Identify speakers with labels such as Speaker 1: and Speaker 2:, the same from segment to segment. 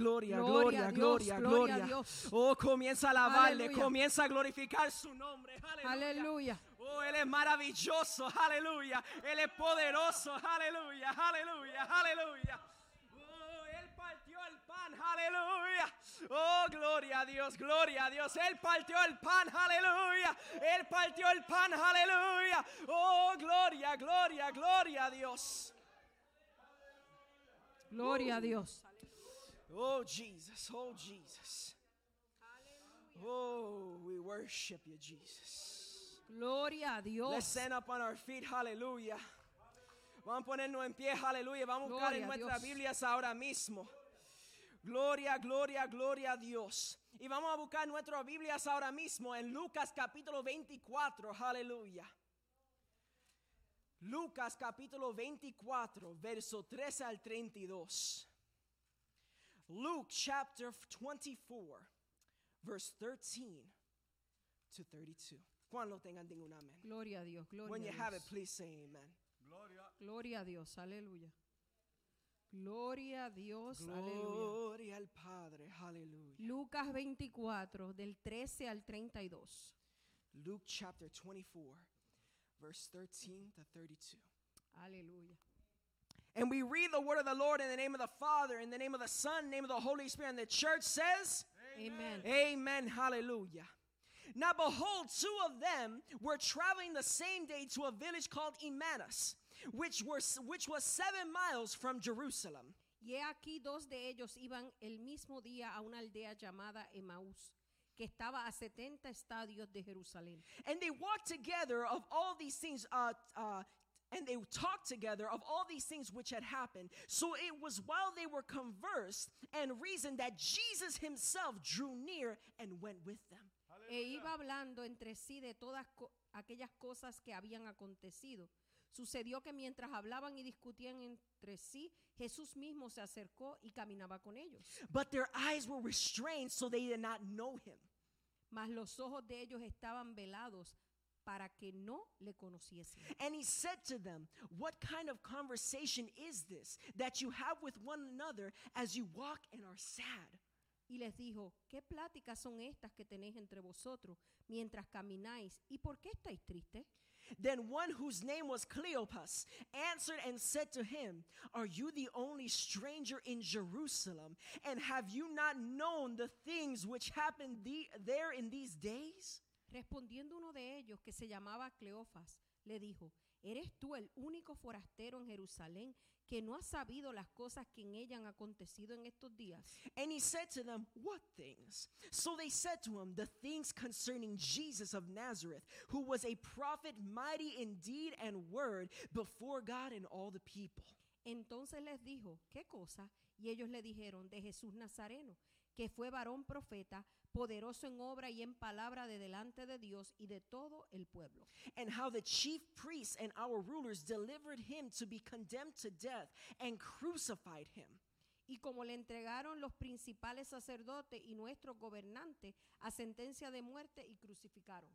Speaker 1: Gloria, gloria, gloria, gloria.
Speaker 2: Dios, gloria a Dios.
Speaker 1: Oh, comienza a alabarle,
Speaker 2: Aleluya.
Speaker 1: comienza a glorificar su nombre. Aleluya.
Speaker 2: Aleluya.
Speaker 1: Oh, Él es maravilloso, aleluya. Él es poderoso, aleluya, aleluya, aleluya. Oh, Él partió el pan, aleluya. Oh, gloria a Dios, gloria a Dios. Él partió el pan, aleluya. Él partió el pan, aleluya. Oh, gloria, gloria, gloria a Dios.
Speaker 2: Gloria a Dios.
Speaker 1: Oh, Jesus, oh, Jesus. Oh, we worship you, Jesus.
Speaker 2: Gloria a
Speaker 1: Let's
Speaker 2: Dios.
Speaker 1: stand up on our feet, aleluya. Vamos a ponernos en pie, aleluya. Vamos a buscar
Speaker 2: Gloria
Speaker 1: en
Speaker 2: a
Speaker 1: nuestras
Speaker 2: Dios.
Speaker 1: Biblias ahora mismo. Gloria, gloria, gloria a Dios. Y vamos a buscar nuestras Biblias ahora mismo en Lucas capítulo 24, aleluya. Lucas capítulo 24, verso 13 al 32. Luke chapter 24, verse 13 to 32. Cuando tengan ningún amén.
Speaker 2: Gloria a Dios.
Speaker 1: When you
Speaker 2: Gloria a
Speaker 1: have it,
Speaker 2: Dios.
Speaker 1: please say amen.
Speaker 2: Gloria a Dios. Aleluya. Gloria a Dios. Aleluya.
Speaker 1: Gloria al Padre, hallelujah.
Speaker 2: Lucas 24, del 13 al 32.
Speaker 1: Luke chapter 24, verse 13 to 32.
Speaker 2: Aleluya.
Speaker 1: And we read the word of the Lord in the name of the Father, in the name of the Son, in the name of the Holy Spirit. And the church says,
Speaker 2: Amén.
Speaker 1: Amen, hallelujah. Now behold, two of them were traveling the same day to a village called Emmaus, which, were, which was seven miles from Jerusalem.
Speaker 2: Y he aquí dos de ellos iban el mismo día a una aldea llamada Emaús, que estaba a 70 estadios de Jerusalén.
Speaker 1: And they walked together of all these things, uh, uh, and they talked together of all these things which had happened. So it was while they were conversed and reasoned that Jesus himself drew near and went with them.
Speaker 2: E iba hablando entre sí de todas co- aquellas cosas que habían acontecido. Sucedió que mientras hablaban y discutían entre sí, Jesús mismo se acercó y caminaba con ellos.
Speaker 1: But their eyes were restrained, so they did not know him.
Speaker 2: Mas los ojos de ellos estaban velados para que no le conociesen.
Speaker 1: And he said to them, What kind of conversation is this that you have with one another as you walk and are sad?
Speaker 2: Y les dijo, ¿qué pláticas son estas que tenéis entre vosotros mientras camináis? ¿Y por qué estáis tristes?
Speaker 1: Then one whose name was Cleopas answered and said to him, Are you the only stranger in Jerusalem? And have you not known the things which happened the- there in these days?
Speaker 2: Respondiendo uno de ellos, que se llamaba Cleofas, le dijo, ¿eres tú el único forastero en Jerusalén que no ha sabido las cosas que en ella han acontecido en estos días?
Speaker 1: And he said to them, What things? So they said to him, The things concerning Jesus of Nazareth, who was a prophet mighty in deed and word before God and all the people.
Speaker 2: Entonces les dijo, ¿qué cosa? Y ellos le dijeron, de Jesús Nazareno, que fue varón profeta, poderoso en obra y en palabra de delante de Dios y de todo el pueblo.
Speaker 1: and how the chief priests and our rulers delivered him to be condemned to death and crucified him.
Speaker 2: Y como le entregaron los principales sacerdotes y nuestros gobernantes a sentencia de muerte y crucificaron.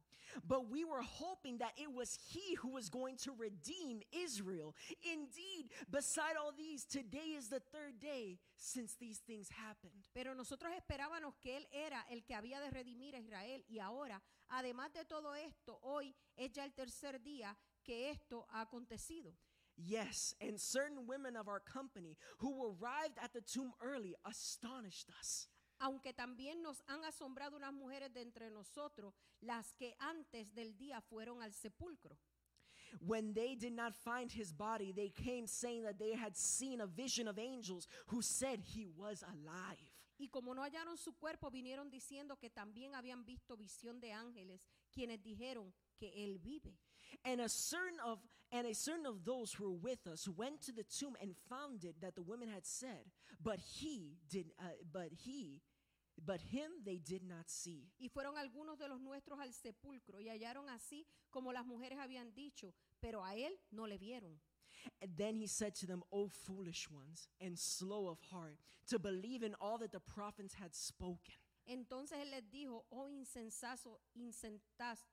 Speaker 1: But we were hoping that it was he who was going to redeem Israel. Indeed, beside all these, today is the third day since these things happened.
Speaker 2: Pero nosotros esperábamos que Él era el que había de redimir a Israel. Y ahora, además de todo esto, hoy es ya el tercer día que esto ha acontecido.
Speaker 1: Yes, and certain women of our company who arrived at the tomb early astonished us.
Speaker 2: Aunque también nos han asombrado unas mujeres de entre nosotros, las que antes del día fueron al sepulcro.
Speaker 1: When they did not find his body, they came saying that they had seen a vision of angels who said he was alive.
Speaker 2: Y como no hallaron su cuerpo, vinieron diciendo que también habían visto visión de ángeles, quienes dijeron que Él vive.
Speaker 1: And a certain of and a certain of those who were with us went to the tomb and found it that the women had said, but he did, uh, but he, but him they did not see.
Speaker 2: Y fueron algunos de los nuestros al sepulcro y hallaron así como las mujeres habían dicho, pero a Él no le vieron.
Speaker 1: And then he said to them, "O foolish ones and slow of heart to believe in all that the prophets had spoken."
Speaker 2: Entonces él les dijo, oh insensazo, insentaz-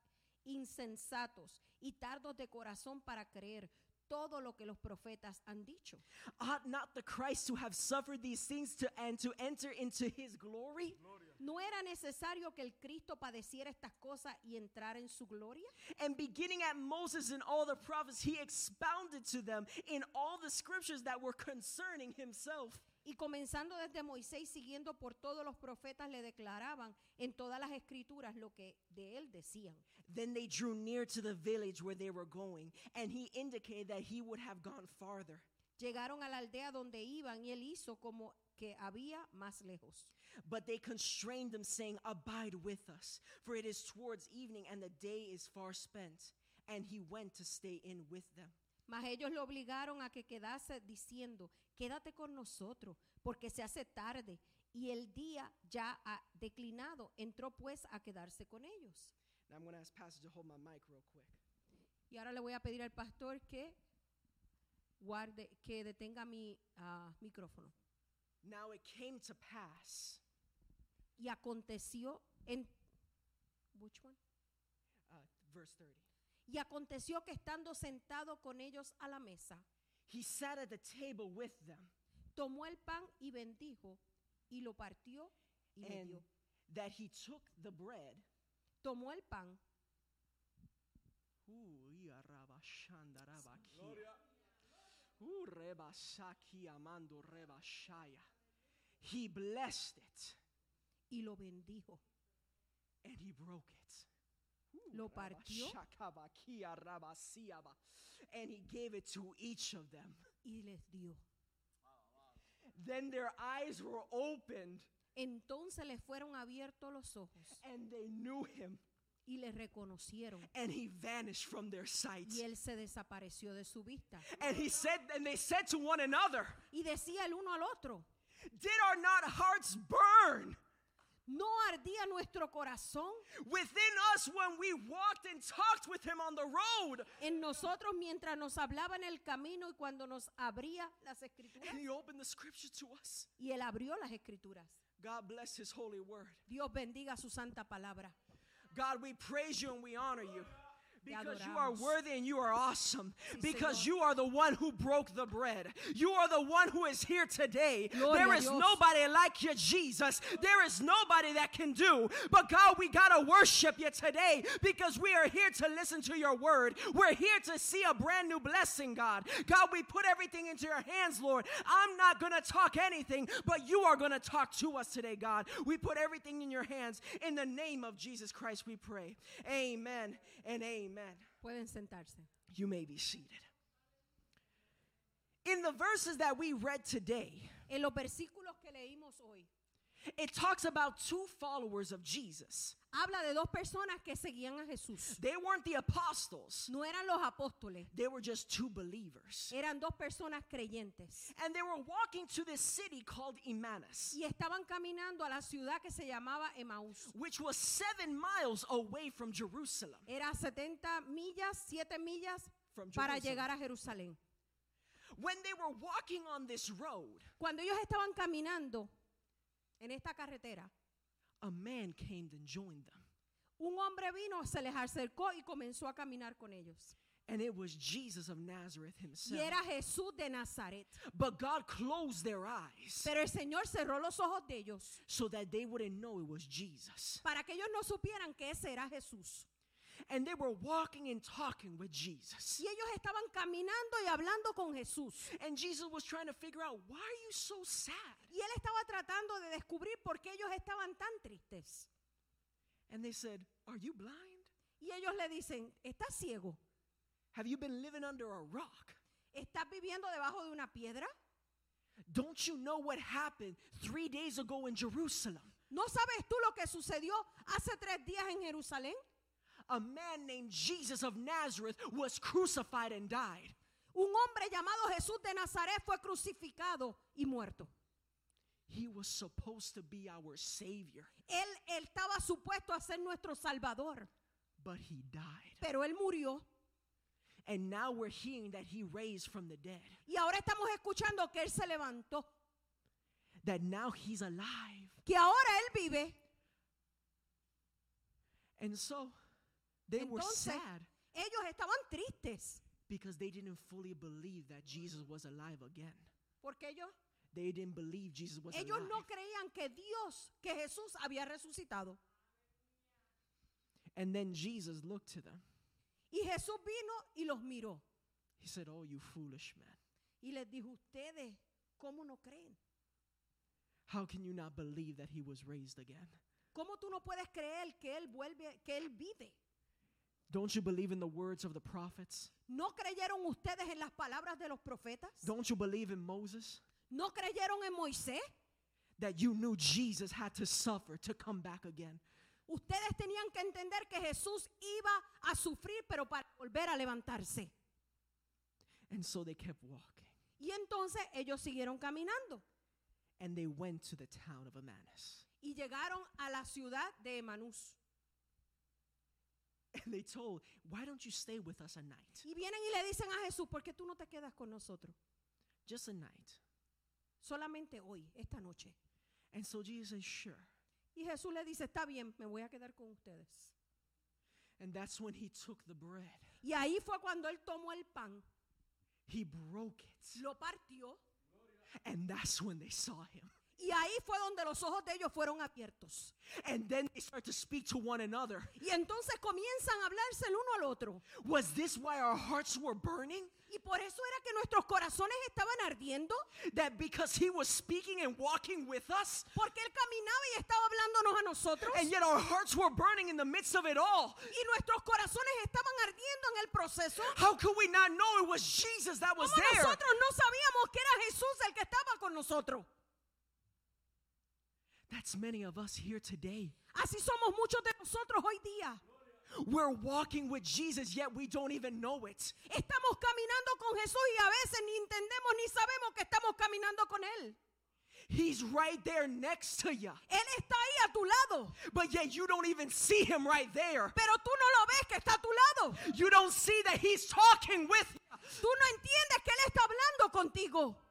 Speaker 2: insensatos y tardos de corazón para creer todo lo que los profetas han dicho.
Speaker 1: Ought not the Christ to have suffered these things to, and to enter into his glory?
Speaker 2: ¿No era necesario que el Cristo padeciera estas cosas y entrara en su gloria?
Speaker 1: And beginning at Moses and all the prophets, he expounded to them in all the scriptures that were concerning himself.
Speaker 2: Y comenzando desde Moisés, y siguiendo por todos los profetas, le declaraban en todas las escrituras lo que de él decían.
Speaker 1: Then they drew near to the village where they were going, and he indicated that he would have gone farther.
Speaker 2: Llegaron a la aldea donde iban y él hizo como que había más lejos.
Speaker 1: But they constrained them, saying, Abide with us, for it is towards evening, and the day is far spent. And he went to stay in with them.
Speaker 2: Mas ellos lo obligaron a que quedase diciendo, quédate con nosotros, porque se hace tarde y el día ya ha declinado. Entró pues a quedarse con ellos.
Speaker 1: Now I'm going to ask Pastor to hold my mic real quick.
Speaker 2: Y ahora le voy a pedir al pastor que guarde, que detenga mi ah, micrófono.
Speaker 1: Now it came to pass.
Speaker 2: Y aconteció en which one?
Speaker 1: uh, verse 30.
Speaker 2: Y aconteció que estando sentado con ellos a la mesa,
Speaker 1: He sat at the table with them,
Speaker 2: tomó el pan y bendijo y lo partió y le
Speaker 1: and
Speaker 2: dio.
Speaker 1: that he took the bread.
Speaker 2: Tomó el pan
Speaker 1: Ooh, ia raba shanda raba kia. Ooh, reba saki Uh, amando reba shaya. He blessed it
Speaker 2: y lo bendijo.
Speaker 1: and he broke it. Uh, Ooh,
Speaker 2: Lo
Speaker 1: raba
Speaker 2: partió.
Speaker 1: shakaba kia raba siaba. And he gave it to each of them.
Speaker 2: y les dio.
Speaker 1: Then their eyes were opened
Speaker 2: Entonces les fueron abiertos los ojos
Speaker 1: and they knew him,
Speaker 2: y le reconocieron.
Speaker 1: and he vanished from their sight.
Speaker 2: Y él se desapareció de su vista.
Speaker 1: And he said, and they said to one another,
Speaker 2: Y decía el uno al otro,
Speaker 1: Did our not hearts burn
Speaker 2: ¿no ardía nuestro corazón
Speaker 1: within us when we walked and talked with him on the road?
Speaker 2: en nosotros mientras nos hablaba en el camino y cuando nos abría las escrituras?
Speaker 1: And he opened the scripture to us.
Speaker 2: Y él abrió las escrituras.
Speaker 1: God bless his holy word.
Speaker 2: Dios bendiga su santa palabra.
Speaker 1: God, we praise you and we honor you.
Speaker 2: Te
Speaker 1: Because you are
Speaker 2: adoramos.
Speaker 1: worthy and you are awesome.
Speaker 2: Sí,
Speaker 1: Because
Speaker 2: Señor.
Speaker 1: you are the one who broke the bread. You are the one who is here today.
Speaker 2: Gloria
Speaker 1: there
Speaker 2: a
Speaker 1: is
Speaker 2: Dios.
Speaker 1: nobody like you, Jesus. There is nobody that can do. But God, we got to worship you today because we are here to listen to your word. We're here to see a brand new blessing, God. God, we put everything into your hands, Lord. I'm not going to talk anything, but you are going to talk to us today, God. We put everything in your hands. In the name of Jesus Christ, we pray. Amen and amen.
Speaker 2: Pueden sentarse.
Speaker 1: You may be seated. In the verses that we read today,
Speaker 2: En los versículos que leímos hoy,
Speaker 1: it talks about two followers of Jesus.
Speaker 2: habla de dos personas que seguían a Jesús.
Speaker 1: They weren't the apostles,
Speaker 2: No eran los apóstoles,
Speaker 1: they were just two believers.
Speaker 2: eran dos personas creyentes.
Speaker 1: And they were walking to this city called Emmaus,
Speaker 2: y estaban caminando a la ciudad que se llamaba Emaús.
Speaker 1: which was seven miles away from Jerusalem.
Speaker 2: Era 70 millas, 7 millas
Speaker 1: From
Speaker 2: para
Speaker 1: Jerusalem.
Speaker 2: llegar a Jerusalén.
Speaker 1: When they were walking on this road,
Speaker 2: Cuando ellos estaban caminando en esta carretera,
Speaker 1: a man came and joined them.
Speaker 2: un hombre vino, se les acercó y comenzó a caminar con ellos.
Speaker 1: And it was Jesus of Nazareth
Speaker 2: Y
Speaker 1: himself.
Speaker 2: era Jesús de Nazaret.
Speaker 1: But God closed their eyes.
Speaker 2: Pero el Señor cerró los ojos de ellos
Speaker 1: so that they wouldn't know it was Jesus.
Speaker 2: para que ellos no supieran que ese era Jesús.
Speaker 1: And they were walking and talking with Jesus.
Speaker 2: Y ellos estaban caminando y hablando con Jesús.
Speaker 1: And Jesus was trying to figure out why are you so sad?
Speaker 2: Y él estaba tratando de descubrir por qué ellos estaban tan tristes.
Speaker 1: And they said, Are you blind?
Speaker 2: Y ellos le dicen, ¿estás ciego?
Speaker 1: Have you been living under a rock?
Speaker 2: ¿Estás viviendo debajo de una piedra?
Speaker 1: Don't you know what happened three days ago in Jerusalem?
Speaker 2: ¿No sabes tú lo que sucedió hace tres días en Jerusalén?
Speaker 1: A man named Jesus of Nazareth was crucified and died.
Speaker 2: Un hombre llamado Jesús de Nazaret fue crucificado y muerto.
Speaker 1: He was supposed to be our Savior,
Speaker 2: Él, él estaba supuesto a ser nuestro Salvador,
Speaker 1: but he died.
Speaker 2: pero él murió.
Speaker 1: And now we're hearing that he raised from the dead,
Speaker 2: Y ahora estamos escuchando que él se levantó,
Speaker 1: that now he's alive.
Speaker 2: que ahora él vive.
Speaker 1: And so they were
Speaker 2: Entonces,
Speaker 1: sad
Speaker 2: Ellos estaban tristes
Speaker 1: because they didn't fully believe that Jesus was alive again.
Speaker 2: Porque ellos,
Speaker 1: They didn't believe Jesus was
Speaker 2: ellos
Speaker 1: alive.
Speaker 2: no creían que Dios, que Jesús había resucitado.
Speaker 1: And then Jesus looked to them.
Speaker 2: Y Jesús vino y los miró
Speaker 1: He said, Oh, you foolish men.
Speaker 2: y les dijo, ustedes, ¿cómo no creen?
Speaker 1: How can you not believe that he was raised again?
Speaker 2: ¿Cómo tú no puedes creer que Él vuelve, que Él vive?
Speaker 1: Don't you believe in the words of the prophets?
Speaker 2: ¿No creyeron ustedes en las palabras de los profetas?
Speaker 1: Don't you believe in Moses?
Speaker 2: ¿No creyeron en Moisés?
Speaker 1: That you knew Jesus had to suffer to come back again.
Speaker 2: Ustedes tenían que entender que Jesús iba a sufrir, pero para volver a levantarse.
Speaker 1: And so they kept walking.
Speaker 2: Y entonces ellos siguieron caminando
Speaker 1: And they went to the town of Emmaus.
Speaker 2: y llegaron a la ciudad de Emanús.
Speaker 1: And they told, Why don't you stay with us a night?
Speaker 2: Y vienen y le dicen a Jesús, ¿por qué tú no te quedas con nosotros?
Speaker 1: Just a night.
Speaker 2: Solamente hoy, esta noche.
Speaker 1: And so Jesus said, Sure.
Speaker 2: Y Jesús le dice, está bien, me voy a quedar con ustedes.
Speaker 1: And that's when he took the bread,
Speaker 2: Y ahí fue cuando él tomó el pan,
Speaker 1: he broke it.
Speaker 2: lo partió,
Speaker 1: And that's when they saw him.
Speaker 2: y ahí fue donde los ojos de ellos fueron abiertos.
Speaker 1: And then they start to speak to one another.
Speaker 2: Y entonces comienzan a hablarse el uno al otro.
Speaker 1: Was this why our hearts were burning?
Speaker 2: Y por eso era que nuestros corazones estaban ardiendo,
Speaker 1: That because he was speaking and walking with us,
Speaker 2: porque él caminaba y estaba hablándonos a nosotros.
Speaker 1: and yet our hearts were burning in the midst of it all.
Speaker 2: Y nuestros corazones estaban ardiendo en el proceso.
Speaker 1: How could we not know it was Jesus that was
Speaker 2: Como
Speaker 1: there?
Speaker 2: nosotros no sabíamos que era Jesús el que estaba con nosotros.
Speaker 1: That's many of us here today.
Speaker 2: Así somos muchos de nosotros hoy día.
Speaker 1: We're walking with Jesus, yet we don't even know it.
Speaker 2: Estamos caminando con Jesús y a veces ni entendemos ni sabemos que estamos caminando con Él.
Speaker 1: He's right there next to you,
Speaker 2: Él está ahí a tu lado,
Speaker 1: but yet you don't even see him right there.
Speaker 2: pero tú no lo ves que está a tu lado.
Speaker 1: You don't see that he's talking with you.
Speaker 2: Tú no entiendes que Él está hablando contigo.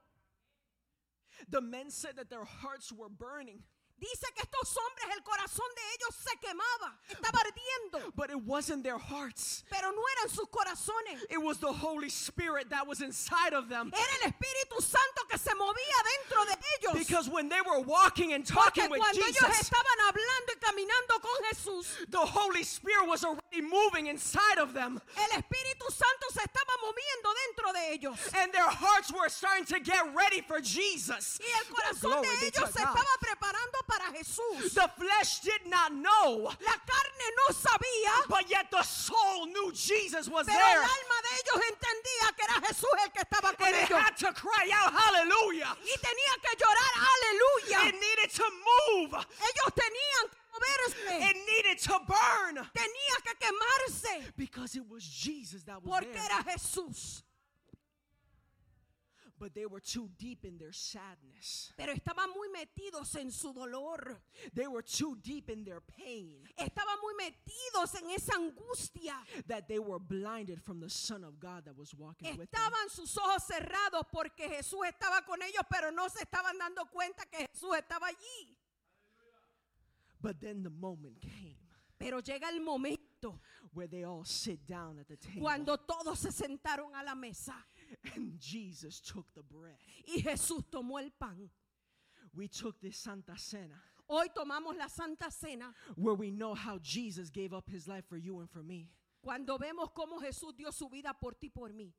Speaker 1: The men said that their hearts were burning,
Speaker 2: Dice que estos hombres, el corazón de ellos se quemaba, estaba ardiendo,
Speaker 1: but it wasn't their hearts.
Speaker 2: pero no eran sus corazones.
Speaker 1: It was the Holy Spirit that was inside of them.
Speaker 2: Era el Espíritu Santo que se movía dentro de ellos.
Speaker 1: Because when they were walking and
Speaker 2: Porque
Speaker 1: talking with
Speaker 2: cuando ellos
Speaker 1: Jesus,
Speaker 2: estaban hablando y caminando con Jesús,
Speaker 1: the Holy Spirit was already moving inside of them.
Speaker 2: el Espíritu Santo se estaba moviendo dentro de ellos.
Speaker 1: And their hearts were starting to get ready for Jesus.
Speaker 2: Y el corazón
Speaker 1: Glory
Speaker 2: de
Speaker 1: be to
Speaker 2: ellos se
Speaker 1: God.
Speaker 2: estaba preparando para Jesús.
Speaker 1: The flesh did not know,
Speaker 2: La carne no sabía,
Speaker 1: but yet the soul knew Jesus was
Speaker 2: pero el
Speaker 1: there.
Speaker 2: alma de ellos entendía que era Jesús el que estaba con
Speaker 1: And it
Speaker 2: ellos.
Speaker 1: had to cry out, Hallelujah.
Speaker 2: Y tenía que llorar,
Speaker 1: It
Speaker 2: aleluya.
Speaker 1: needed to move,
Speaker 2: Ellos tenían que moverse,
Speaker 1: it needed to burn.
Speaker 2: tenía que quemarse,
Speaker 1: Because it was Jesus that was
Speaker 2: porque
Speaker 1: there.
Speaker 2: era Jesús.
Speaker 1: But they were too deep in their sadness,
Speaker 2: Pero estaban muy metidos en su dolor,
Speaker 1: they were too deep in their pain.
Speaker 2: estaban muy metidos en esa angustia.
Speaker 1: that they were blinded from the Son of God that was walking with them.
Speaker 2: Estaban sus ojos cerrados porque Jesús estaba con ellos, pero no se estaban dando cuenta que Jesús estaba allí.
Speaker 1: But then the moment came
Speaker 2: Pero llega el momento
Speaker 1: where they all sit down at the table
Speaker 2: cuando todos se sentaron a la mesa
Speaker 1: and Jesus took the bread.
Speaker 2: y Jesús tomó el pan.
Speaker 1: We took this Santa Cena
Speaker 2: Hoy tomamos la Santa Cena
Speaker 1: where we know how Jesus gave up his life for you and for me.
Speaker 2: cuando vemos cómo Jesús dio su vida por ti y por mí.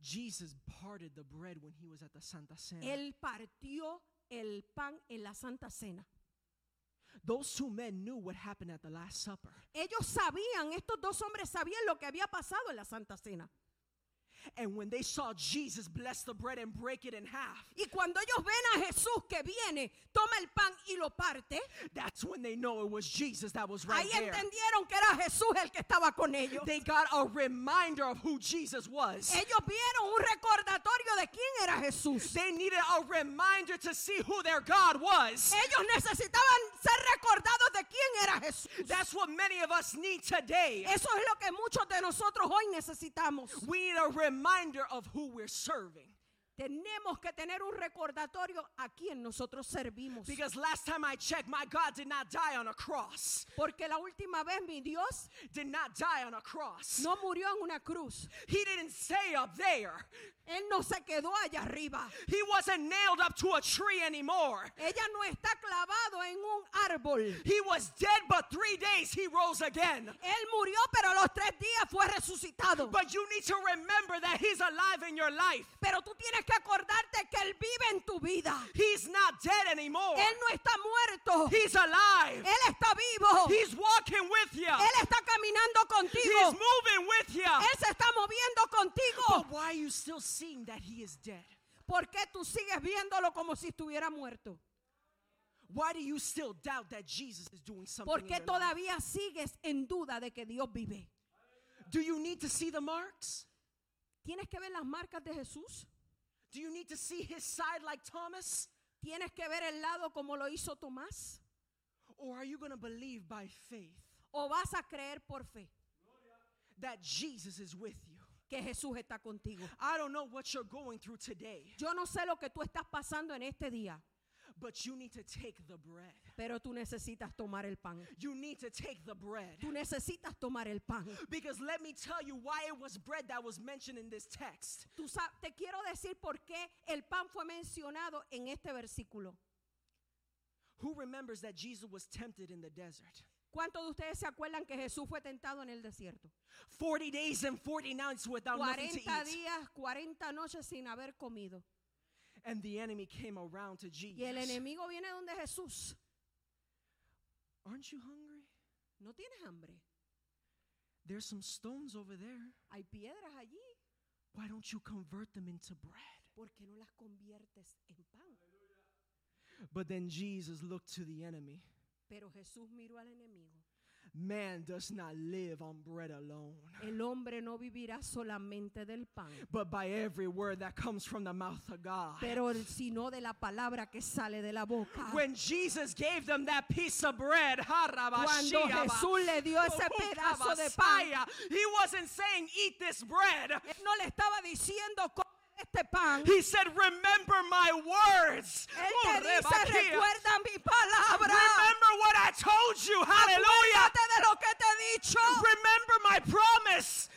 Speaker 1: Jesus parted the bread when he was at the Santa Cena.
Speaker 2: Él partió el pan en la Santa Cena.
Speaker 1: Those two men knew what happened at the Last Supper.
Speaker 2: Ellos sabían, estos dos hombres sabían lo que había pasado en la Santa Cena.
Speaker 1: And when they saw Jesus bless the bread and break it in half,
Speaker 2: Y cuando ellos ven a Jesús que viene, toma el pan y lo parte,
Speaker 1: that's when they know it was Jesus that was right
Speaker 2: ahí
Speaker 1: there.
Speaker 2: entendieron que era Jesús el que estaba con ellos.
Speaker 1: They got a reminder of who Jesus was.
Speaker 2: Ellos vieron un recordatorio de quién era Jesús.
Speaker 1: They needed a reminder to see who their God was.
Speaker 2: Ellos necesitaban ser recordados de quién era Jesús.
Speaker 1: That's what many of us need today.
Speaker 2: Eso es lo que muchos de nosotros hoy necesitamos.
Speaker 1: We need a reminder of who we're serving.
Speaker 2: Tenemos que tener un recordatorio a quien nosotros servimos.
Speaker 1: Because last time I checked, my God did not die on a cross.
Speaker 2: Porque la última vez mi Dios
Speaker 1: Did not die on a cross.
Speaker 2: no murió en una cruz.
Speaker 1: He didn't stay up there.
Speaker 2: Él no se quedó allá arriba.
Speaker 1: He wasn't nailed up to a tree anymore.
Speaker 2: Ella no está clavado en un árbol.
Speaker 1: He was dead, but three days he rose again.
Speaker 2: Él murió, pero a los tres días fue resucitado.
Speaker 1: But you need to remember that he's alive in your life.
Speaker 2: Pero tú tienes que acordarte que Él vive en tu vida.
Speaker 1: He's not dead anymore.
Speaker 2: Él no está muerto.
Speaker 1: He's alive.
Speaker 2: Él está vivo.
Speaker 1: He's walking with you.
Speaker 2: Él está caminando
Speaker 1: He's
Speaker 2: contigo.
Speaker 1: moving with you.
Speaker 2: Él se está
Speaker 1: But
Speaker 2: moviendo contigo.
Speaker 1: why are you still seeing that he is dead?
Speaker 2: ¿Por qué tú sigues viéndolo como si estuviera muerto?
Speaker 1: Why do you still doubt that Jesus is doing something?
Speaker 2: ¿Por
Speaker 1: in
Speaker 2: qué
Speaker 1: your life?
Speaker 2: todavía sigues en duda de que Dios vive?
Speaker 1: Do you need to see the marks?
Speaker 2: ¿Tienes que ver las marcas de Jesús?
Speaker 1: Do you need to see his side like Thomas?
Speaker 2: ¿Tienes que ver el lado como lo hizo Tomás?
Speaker 1: Or are you going to believe by faith
Speaker 2: ¿O vas a creer por fe
Speaker 1: that Jesus is with you?
Speaker 2: que Jesús está contigo?
Speaker 1: I don't know what you're going through today,
Speaker 2: Yo no sé lo que tú estás pasando en este día,
Speaker 1: but you need to take the bread.
Speaker 2: pero tú necesitas tomar el pan.
Speaker 1: You need to take the bread.
Speaker 2: Tú necesitas tomar el pan.
Speaker 1: Because let me tell you why it was bread that was mentioned in this text.
Speaker 2: Tú sa- te quiero decir por qué el pan fue mencionado en este versículo.
Speaker 1: Who remembers that Jesus was tempted in the desert?
Speaker 2: ¿Cuántos de ustedes se acuerdan que Jesús fue tentado en el desierto?
Speaker 1: 40 days and 40 nights without nothing to
Speaker 2: 40
Speaker 1: eat.
Speaker 2: días, 40 noches sin haber comido.
Speaker 1: And the enemy came around to Jesus.
Speaker 2: Y el enemigo viene donde Jesús.
Speaker 1: Aren't you hungry?
Speaker 2: No tienes hambre.
Speaker 1: There's some stones over there.
Speaker 2: Hay piedras allí.
Speaker 1: Why don't you convert them into bread?
Speaker 2: ¿Por qué no las conviertes en pan?
Speaker 1: But then Jesus looked to the enemy.
Speaker 2: Pero Jesús miró al enemigo.
Speaker 1: Man does not live on bread alone,
Speaker 2: El hombre no vivirá solamente del pan,
Speaker 1: but by every word that comes from the mouth of God.
Speaker 2: pero el- sino de la palabra que sale de la boca.
Speaker 1: When Jesus gave them that piece of bread,
Speaker 2: Cuando Jesús le dio ese pedazo de pan,
Speaker 1: he wasn't saying, Eat this bread.
Speaker 2: él no le estaba diciendo come este pan.
Speaker 1: He said, Remember my words.
Speaker 2: Él
Speaker 1: Oh,
Speaker 2: te dice,
Speaker 1: rebaquía.
Speaker 2: recuerda mi palabra.
Speaker 1: Remember what I told you. Hallelujah.
Speaker 2: Acuérdate de lo que te he dicho.
Speaker 1: Remember my promise.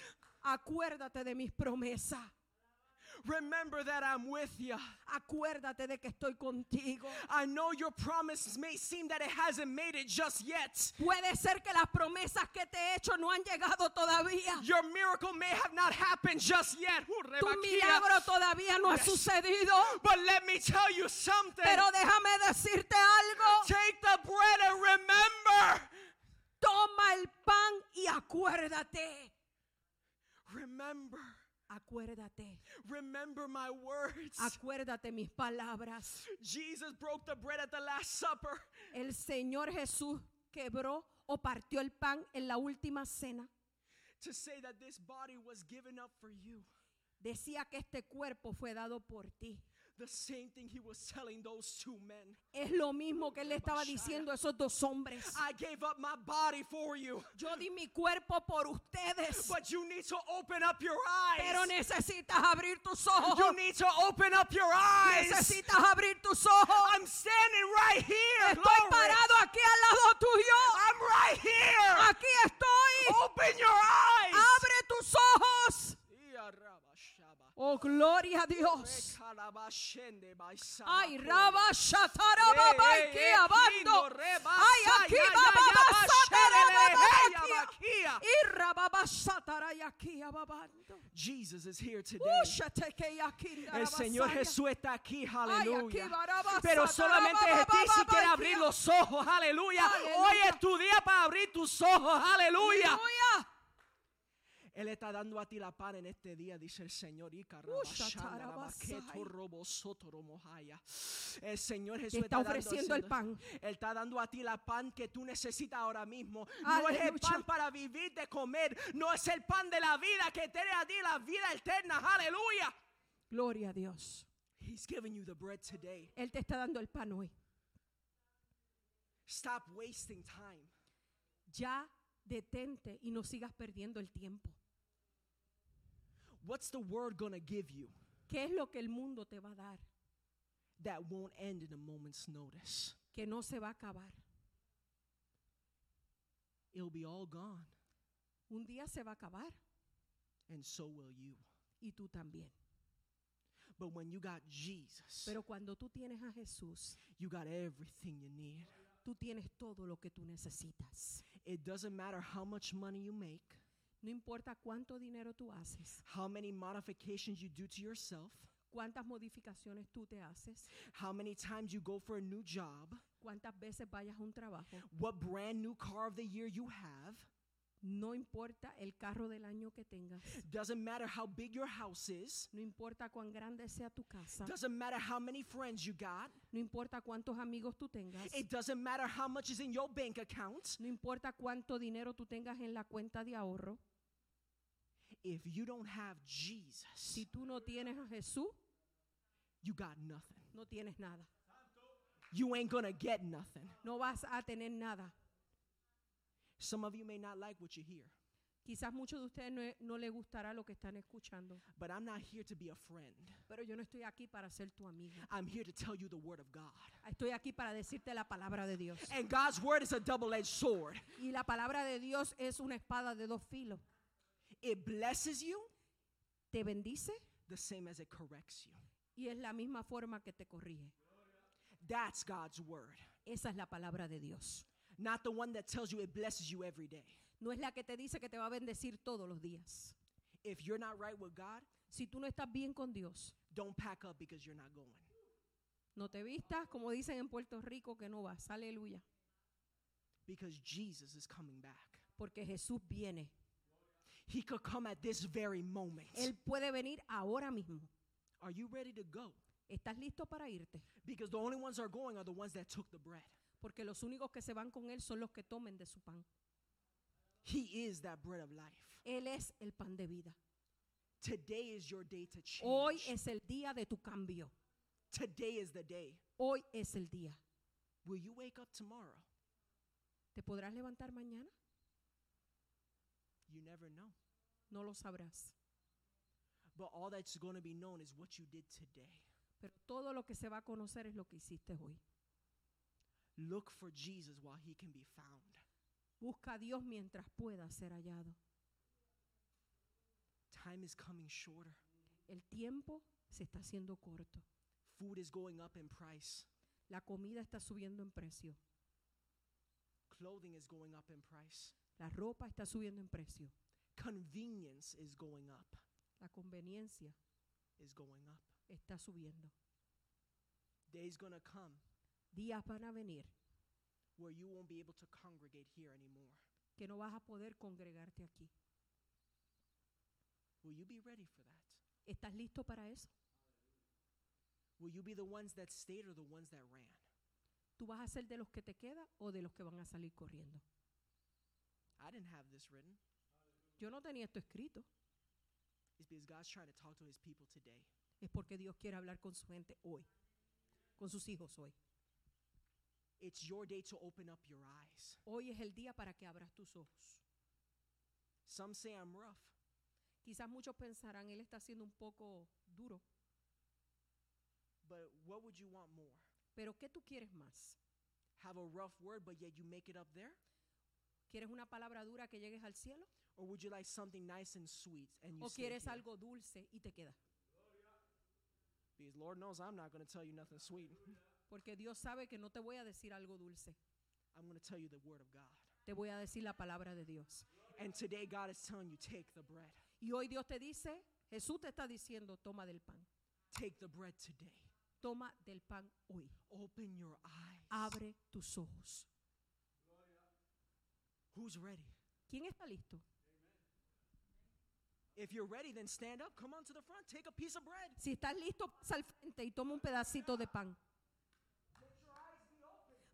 Speaker 2: Acuérdate de mis promesas.
Speaker 1: Remember that I'm with you.
Speaker 2: Acuérdate de que estoy contigo.
Speaker 1: I know your promise may seem that it hasn't made it just yet.
Speaker 2: Puede ser que las promesas que te he hecho no han llegado todavía.
Speaker 1: Your miracle may have not happened just yet. Ooh,
Speaker 2: Tu
Speaker 1: rebaquía.
Speaker 2: milagro todavía no ha sucedido.
Speaker 1: But let me tell you something.
Speaker 2: Pero déjame decirte algo.
Speaker 1: Take the bread and remember.
Speaker 2: Toma el pan y acuérdate.
Speaker 1: Remember.
Speaker 2: Acuérdate.
Speaker 1: Remember my words.
Speaker 2: Acuérdate mis palabras.
Speaker 1: Jesus broke the bread at the Last Supper.
Speaker 2: El Señor Jesús quebró o partió el pan en la última cena.
Speaker 1: to say that this body was given up for you.
Speaker 2: Decía que este cuerpo fue dado por ti.
Speaker 1: The same thing he was telling those two men.
Speaker 2: Es lo mismo que él le estaba diciendo a esos dos hombres.
Speaker 1: I gave up my body for you,
Speaker 2: Yo di mi cuerpo por ustedes.
Speaker 1: but you need to open up your
Speaker 2: Pero
Speaker 1: eyes.
Speaker 2: necesitas abrir tus ojos.
Speaker 1: You need to open up your eyes.
Speaker 2: Necesitas abrir tus ojos.
Speaker 1: I'm standing right here.
Speaker 2: Estoy
Speaker 1: Glory.
Speaker 2: parado aquí al lado tuyo.
Speaker 1: I'm right here.
Speaker 2: Aquí estoy.
Speaker 1: Open your eyes.
Speaker 2: Abre tus ojos.
Speaker 1: Ia raba shaba.
Speaker 2: Oh, gloria a Dios.
Speaker 1: Rekalaba shende by saba.
Speaker 2: Ay, raba
Speaker 1: Hey,
Speaker 2: shataraba
Speaker 1: hey,
Speaker 2: aquí
Speaker 1: hey,
Speaker 2: abando.
Speaker 1: Kino, reba,
Speaker 2: Ay,
Speaker 1: sa,
Speaker 2: aquí
Speaker 1: ya, ya,
Speaker 2: va,
Speaker 1: ya,
Speaker 2: va,
Speaker 1: ba,
Speaker 2: va,
Speaker 1: sherele, hey, ya, ba,
Speaker 2: satarababakia.
Speaker 1: kia.
Speaker 2: Y rababa sataray aquí ababando.
Speaker 1: Jesus is here today.
Speaker 2: Úchate que ya aquí
Speaker 1: El Señor
Speaker 2: darabasaya.
Speaker 1: Jesús está aquí, aleluya.
Speaker 2: barabasa,
Speaker 1: Pero solamente es ti si
Speaker 2: tarabababa,
Speaker 1: quieres
Speaker 2: aquí.
Speaker 1: abrir los ojos, aleluya.
Speaker 2: Aleluya.
Speaker 1: Hoy es tu día para abrir tus ojos, aleluya.
Speaker 2: Aleluya.
Speaker 1: Él está dando a ti la pan en este día, dice el Señor. y carabashanda,
Speaker 2: shatarabasai.
Speaker 1: rabaqueto, robo, sotoro, mojaya. El Señor Jesús
Speaker 2: Te está
Speaker 1: dando-
Speaker 2: ofreciendo el pan.
Speaker 1: Él está dando a ti la pan que tú necesitas ahora mismo. No es el
Speaker 2: Aleluya.
Speaker 1: pan para vivir de comer. No es el pan de la vida que te dé a ti la vida eterna, aleluya.
Speaker 2: Gloria a Dios.
Speaker 1: He's giving you the bread today.
Speaker 2: Él te está dando el pan hoy.
Speaker 1: Stop wasting time.
Speaker 2: Ya detente y no sigas perdiendo el tiempo.
Speaker 1: What's the word going to give you?
Speaker 2: ¿Qué es lo que el mundo te va a dar?
Speaker 1: that won't end in a moment's notice.
Speaker 2: Que no se va a acabar.
Speaker 1: It'll be all gone,
Speaker 2: Un día se va a acabar
Speaker 1: and so will you.
Speaker 2: y tú también.
Speaker 1: But when you got Jesus,
Speaker 2: Pero cuando tú tienes a Jesús,
Speaker 1: you got everything you need.
Speaker 2: tú tienes todo lo que tú necesitas.
Speaker 1: It doesn't matter how much money you make,
Speaker 2: No importa cuánto dinero tú haces,
Speaker 1: how many modifications you do to yourself,
Speaker 2: cuántas modificaciones tú te haces,
Speaker 1: how many times you go for a new job,
Speaker 2: cuántas veces vayas a un trabajo,
Speaker 1: what brand new car of the year you have,
Speaker 2: no importa el carro del año que tengas,
Speaker 1: doesn't matter how big your house is,
Speaker 2: no importa cuán grande sea tu casa,
Speaker 1: doesn't matter how many friends you got,
Speaker 2: no importa cuántos amigos tú tengas,
Speaker 1: it doesn't matter how much is in your bank account.
Speaker 2: no importa cuánto dinero tú tengas en la cuenta de ahorro,
Speaker 1: If you don't have Jesus,
Speaker 2: si tú no tienes a Jesús,
Speaker 1: you got nothing.
Speaker 2: no tienes nada,
Speaker 1: You ain't gonna get nothing.
Speaker 2: no vas a tener nada.
Speaker 1: Some of you may not like what you hear,
Speaker 2: Quizás muchos de ustedes no, no les gustará lo que están escuchando,
Speaker 1: but I'm not here to be a friend.
Speaker 2: pero yo no estoy aquí para ser tu amigo.
Speaker 1: I'm here to tell you the word of God.
Speaker 2: Estoy aquí para decirte la palabra de Dios.
Speaker 1: And God's word is a double edged sword.
Speaker 2: Y la palabra de Dios es una espada de dos filos.
Speaker 1: It blesses you
Speaker 2: Te bendice
Speaker 1: the same as it corrects you.
Speaker 2: y es la misma forma que te corrige.
Speaker 1: That's God's word,
Speaker 2: Esa es la palabra de Dios.
Speaker 1: not the one that tells you it blesses you every day.
Speaker 2: No es la que te dice que te va a bendecir todos los días.
Speaker 1: If you're not right with God,
Speaker 2: Si tú no estás bien con Dios,
Speaker 1: don't pack up because you're not going.
Speaker 2: no te vistas, como dicen en Puerto Rico, que no vas. Aleluya.
Speaker 1: Because Jesus is coming back.
Speaker 2: Porque Jesús viene.
Speaker 1: He could come at this very moment.
Speaker 2: Él puede venir ahora mismo.
Speaker 1: Are you ready to go?
Speaker 2: ¿Estás listo para irte?
Speaker 1: Because the only ones that are going are the ones that took the bread.
Speaker 2: Porque los únicos que se van con Él son los que tomen de su pan.
Speaker 1: He is that bread of life.
Speaker 2: Él es el pan de vida.
Speaker 1: Today is your day to change.
Speaker 2: Hoy es el día de tu cambio.
Speaker 1: Today is the day.
Speaker 2: Hoy es el día.
Speaker 1: Will you wake up tomorrow?
Speaker 2: ¿Te podrás levantar mañana?
Speaker 1: You never know.
Speaker 2: No lo sabrás.
Speaker 1: But all that's going to be known is what you did today.
Speaker 2: Pero todo lo que se va a conocer es lo que hiciste hoy.
Speaker 1: Look for Jesus while he can be found.
Speaker 2: Busca a Dios mientras pueda ser hallado.
Speaker 1: Time is coming shorter.
Speaker 2: El tiempo se está haciendo corto.
Speaker 1: Food is going up in price.
Speaker 2: La comida está subiendo en precio.
Speaker 1: Clothing is going up in price.
Speaker 2: La ropa está subiendo en precio.
Speaker 1: Convenience is going up.
Speaker 2: La conveniencia
Speaker 1: Is going up.
Speaker 2: está subiendo.
Speaker 1: Day's going to come
Speaker 2: Días van a venir
Speaker 1: where you won't be able to congregate here anymore.
Speaker 2: que no vas a poder congregarte aquí.
Speaker 1: Will you be ready for that?
Speaker 2: ¿Estás listo para eso?
Speaker 1: Will you be the ones that stayed or the ones that ran?
Speaker 2: ¿Tú vas a ser de los que te queda o de los que van a salir corriendo?
Speaker 1: I didn't have this written.
Speaker 2: Yo no tenía esto escrito.
Speaker 1: It's because God's trying to talk to his people today.
Speaker 2: Es porque Dios quiere hablar con su gente hoy, con sus hijos hoy.
Speaker 1: It's your day to open up your eyes.
Speaker 2: Hoy es el día para que abras tus ojos.
Speaker 1: Some say I'm rough.
Speaker 2: Quizás muchos pensarán, él está siendo un poco duro,
Speaker 1: But what would you want more?
Speaker 2: pero ¿qué tú quieres más?
Speaker 1: Have a rough word, but yet you make it up there?
Speaker 2: ¿Quieres una palabra dura que llegues al cielo?
Speaker 1: Or would you like something nice and sweet and you
Speaker 2: ¿O
Speaker 1: stay
Speaker 2: quieres
Speaker 1: here?
Speaker 2: algo dulce y te queda?
Speaker 1: Because Lord knows I'm not going to tell you nothing sweet.
Speaker 2: Porque Dios sabe que no te voy a decir algo dulce,
Speaker 1: I'm going to tell you the word of God.
Speaker 2: te voy a decir la palabra de Dios.
Speaker 1: And today God is telling you take the bread.
Speaker 2: Y hoy Dios te dice, Jesús te está diciendo, toma del pan,
Speaker 1: Take the bread today.
Speaker 2: toma del pan hoy,
Speaker 1: Open your eyes.
Speaker 2: abre tus ojos.
Speaker 1: Who's ready?
Speaker 2: ¿Quién está listo?
Speaker 1: If you're ready, then stand up. Come on to the front. Take a piece of bread.
Speaker 2: Si estás listo, pasa al frente y toma un pedacito de pan.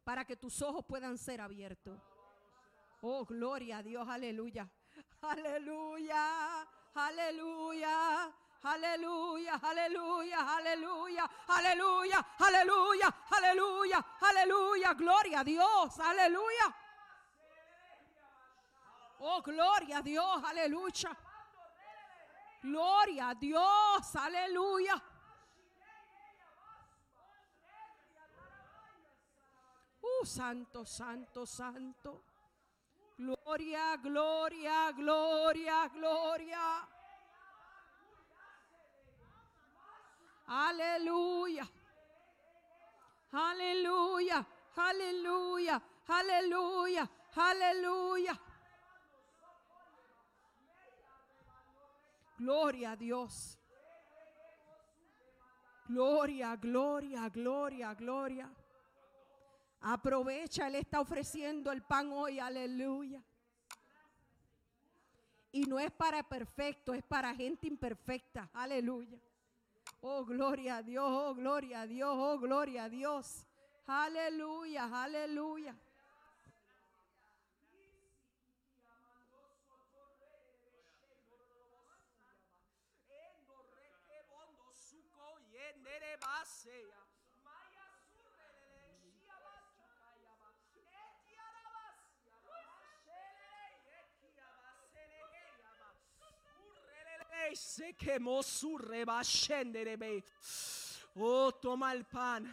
Speaker 2: Para que tus ojos puedan ser abiertos. Oh, gloria a Dios, aleluya. Aleluya, aleluya, aleluya, aleluya, aleluya, aleluya, aleluya, aleluya, aleluya, gloria a Dios, aleluya. Oh, gloria a Dios, aleluya. Gloria a Dios, aleluya. Uh, santo, santo, santo. Gloria, gloria, gloria, gloria. Aleluya. Aleluya, aleluya, aleluya, aleluya. Gloria a Dios. Gloria, gloria, gloria, gloria. Aprovecha, Él está ofreciendo el pan hoy, aleluya. Y no es para perfecto, es para gente imperfecta, aleluya. Oh, gloria a Dios, oh, gloria a Dios, oh, gloria a Dios. Aleluya, aleluya.
Speaker 1: Se quemó su rebashenderebe. Oh, toma el pan.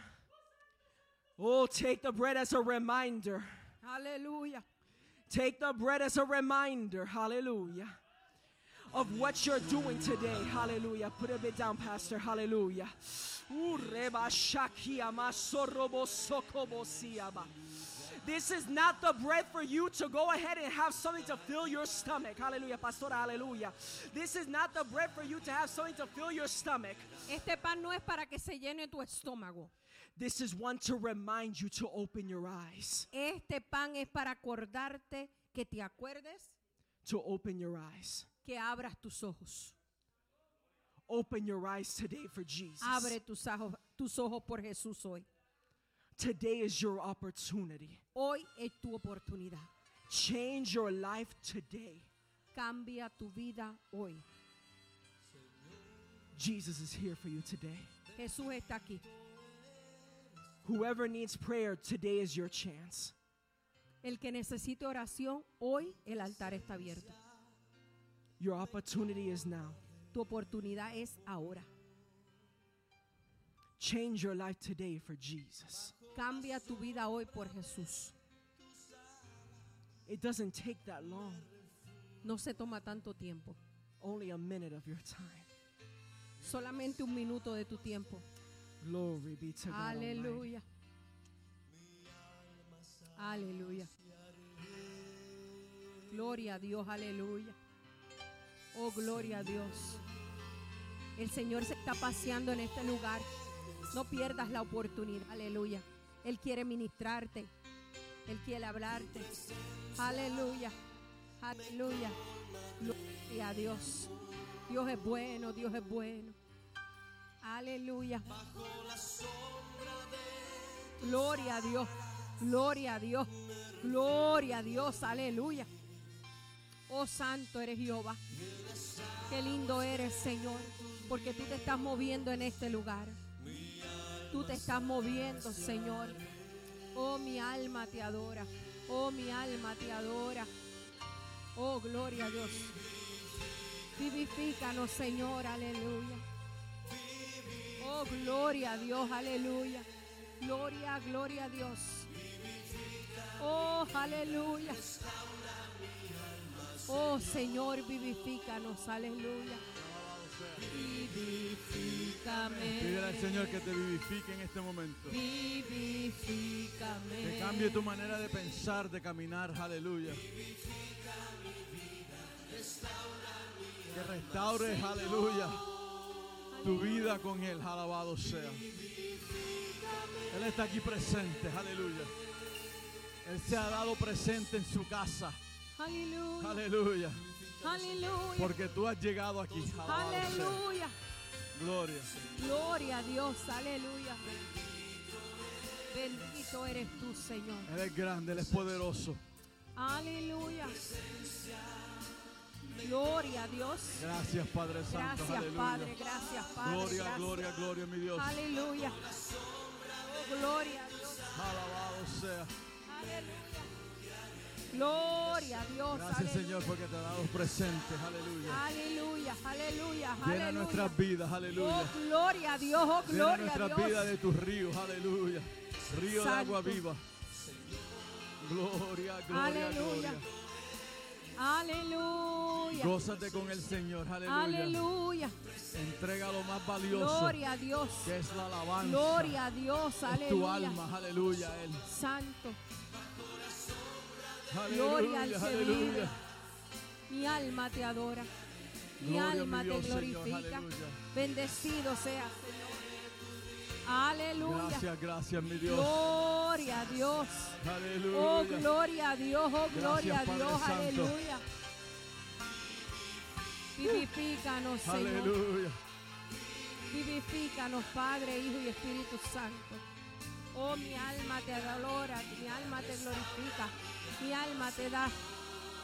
Speaker 1: Oh, take the bread as a reminder.
Speaker 2: Aleluya.
Speaker 1: Take the bread as a reminder. Hallelujah. Of what you're doing today. Hallelujah. Put a bit down, Pastor. Hallelujah. Ooh, reba shakiama sorobo sokobo siaba. This is not the bread for you to go ahead and have something to fill your stomach. Hallelujah, Pastora. Hallelujah. This is not the bread for you to have something to fill your stomach.
Speaker 2: Este pan no es para que se llene tu estómago.
Speaker 1: This is one to remind you to open your eyes.
Speaker 2: Este pan es para acordarte que te acuerdes
Speaker 1: To open your eyes.
Speaker 2: que abras tus ojos.
Speaker 1: Open your eyes today for Jesus.
Speaker 2: Abre tus ojos, tus ojos por Jesús hoy.
Speaker 1: Today is your opportunity.
Speaker 2: Hoy es tu oportunidad.
Speaker 1: Change your life today.
Speaker 2: Cambia tu vida hoy.
Speaker 1: Jesus is here for you today.
Speaker 2: Jesús está aquí.
Speaker 1: Whoever needs prayer, today is your chance.
Speaker 2: El que necesite oración, hoy el altar está abierto.
Speaker 1: Your opportunity is now.
Speaker 2: Tu oportunidad es ahora.
Speaker 1: Change your life today for Jesus.
Speaker 2: Cambia tu vida hoy por Jesús.
Speaker 1: It doesn't take that long,
Speaker 2: No se toma tanto tiempo.
Speaker 1: only a minute of your time.
Speaker 2: Solamente un minuto de tu tiempo.
Speaker 1: Glory be to God. Almighty.
Speaker 2: Aleluya. Aleluya. Gloria a Dios, aleluya. Oh, gloria a Dios. El Señor se está paseando en este lugar. No pierdas la oportunidad, aleluya. Él quiere ministrarte. Él quiere hablarte. Aleluya. Aleluya. Gloria a Dios. Dios es bueno, Dios es bueno. Aleluya. Gloria a Dios, gloria a Dios, gloria a Dios, aleluya. Oh santo eres Jehová. Qué lindo eres, Señor, porque tú te estás moviendo en este lugar. Tú te estás moviendo, Señor. Oh, mi alma te adora. Oh, mi alma te adora. Oh, gloria a Dios. Vivifícanos, Señor, aleluya. Oh, gloria a Dios, aleluya. Gloria, gloria a Dios. Oh, aleluya. Oh, Señor, vivifícanos, aleluya.
Speaker 3: Pídele
Speaker 2: Vivifícame.
Speaker 3: al Señor que te vivifique en este momento.
Speaker 2: Vivifícame.
Speaker 3: Que cambie tu manera de pensar, de caminar. Aleluya. Que restaures, aleluya, tu vida con Él. Alabado sea. Él está aquí presente. Aleluya. Él se ha dado presente en su casa.
Speaker 2: Aleluya.
Speaker 3: Aleluya.
Speaker 2: Aleluya.
Speaker 3: Porque tú has llegado aquí. Alabado sea.
Speaker 2: Aleluya.
Speaker 3: Gloria.
Speaker 2: Gloria a Dios. Aleluya. Bendito eres tú, Señor.
Speaker 3: Él es grande, Él es poderoso.
Speaker 2: Aleluya. Gloria a Dios.
Speaker 3: Gracias, Padre Santo.
Speaker 2: Gracias,
Speaker 3: aleluya.
Speaker 2: Padre. Gracias, Padre.
Speaker 3: Gloria,
Speaker 2: gracias.
Speaker 3: gloria, gloria, mi Dios.
Speaker 2: Aleluya. Oh, gloria a Dios.
Speaker 3: Alabado sea.
Speaker 2: Aleluya. Gloria a Dios.
Speaker 3: Gracias
Speaker 2: aleluya.
Speaker 3: Señor porque te ha dado presente, aleluya.
Speaker 2: Aleluya, aleluya,
Speaker 3: Llena
Speaker 2: aleluya.
Speaker 3: nuestras vidas,
Speaker 2: Oh,
Speaker 3: aleluya.
Speaker 2: gloria a Dios, oh,
Speaker 3: Llena
Speaker 2: gloria a
Speaker 3: nuestras
Speaker 2: Dios.
Speaker 3: vidas de tus ríos, aleluya. Río de agua
Speaker 2: Santo.
Speaker 3: viva. Gloria, gloria,
Speaker 2: Aleluya.
Speaker 3: gloria.
Speaker 2: Aleluya.
Speaker 3: Gózate con el Señor, aleluya.
Speaker 2: Aleluya.
Speaker 3: Entrega lo más valioso,
Speaker 2: Gloria a Dios.
Speaker 3: que es la alabanza.
Speaker 2: Gloria a Dios.
Speaker 3: Es tu
Speaker 2: Aleluya.
Speaker 3: alma, aleluya, a Él.
Speaker 2: Santo. Gloria al
Speaker 3: Aleluya,
Speaker 2: que vive.
Speaker 3: aleluya.
Speaker 2: Mi alma te adora. Mi
Speaker 3: Gloria a mi
Speaker 2: alma
Speaker 3: Dios,
Speaker 2: te
Speaker 3: Señor,
Speaker 2: glorifica.
Speaker 3: aleluya.
Speaker 2: Bendecido seas, Señor. Aleluya.
Speaker 3: Gracias, gracias, mi Dios.
Speaker 2: Gloria a Dios. Oh,
Speaker 3: Aleluya.
Speaker 2: gloria a Dios. Oh, gloria
Speaker 3: Gracias,
Speaker 2: a
Speaker 3: Padre
Speaker 2: Dios.
Speaker 3: Santo.
Speaker 2: Aleluya. Vivifícanos, Señor.
Speaker 3: Aleluya.
Speaker 2: Vivifícanos, Padre, Hijo y Espíritu Santo. Oh, mi alma te adora, mi alma te glorifica, mi alma te da.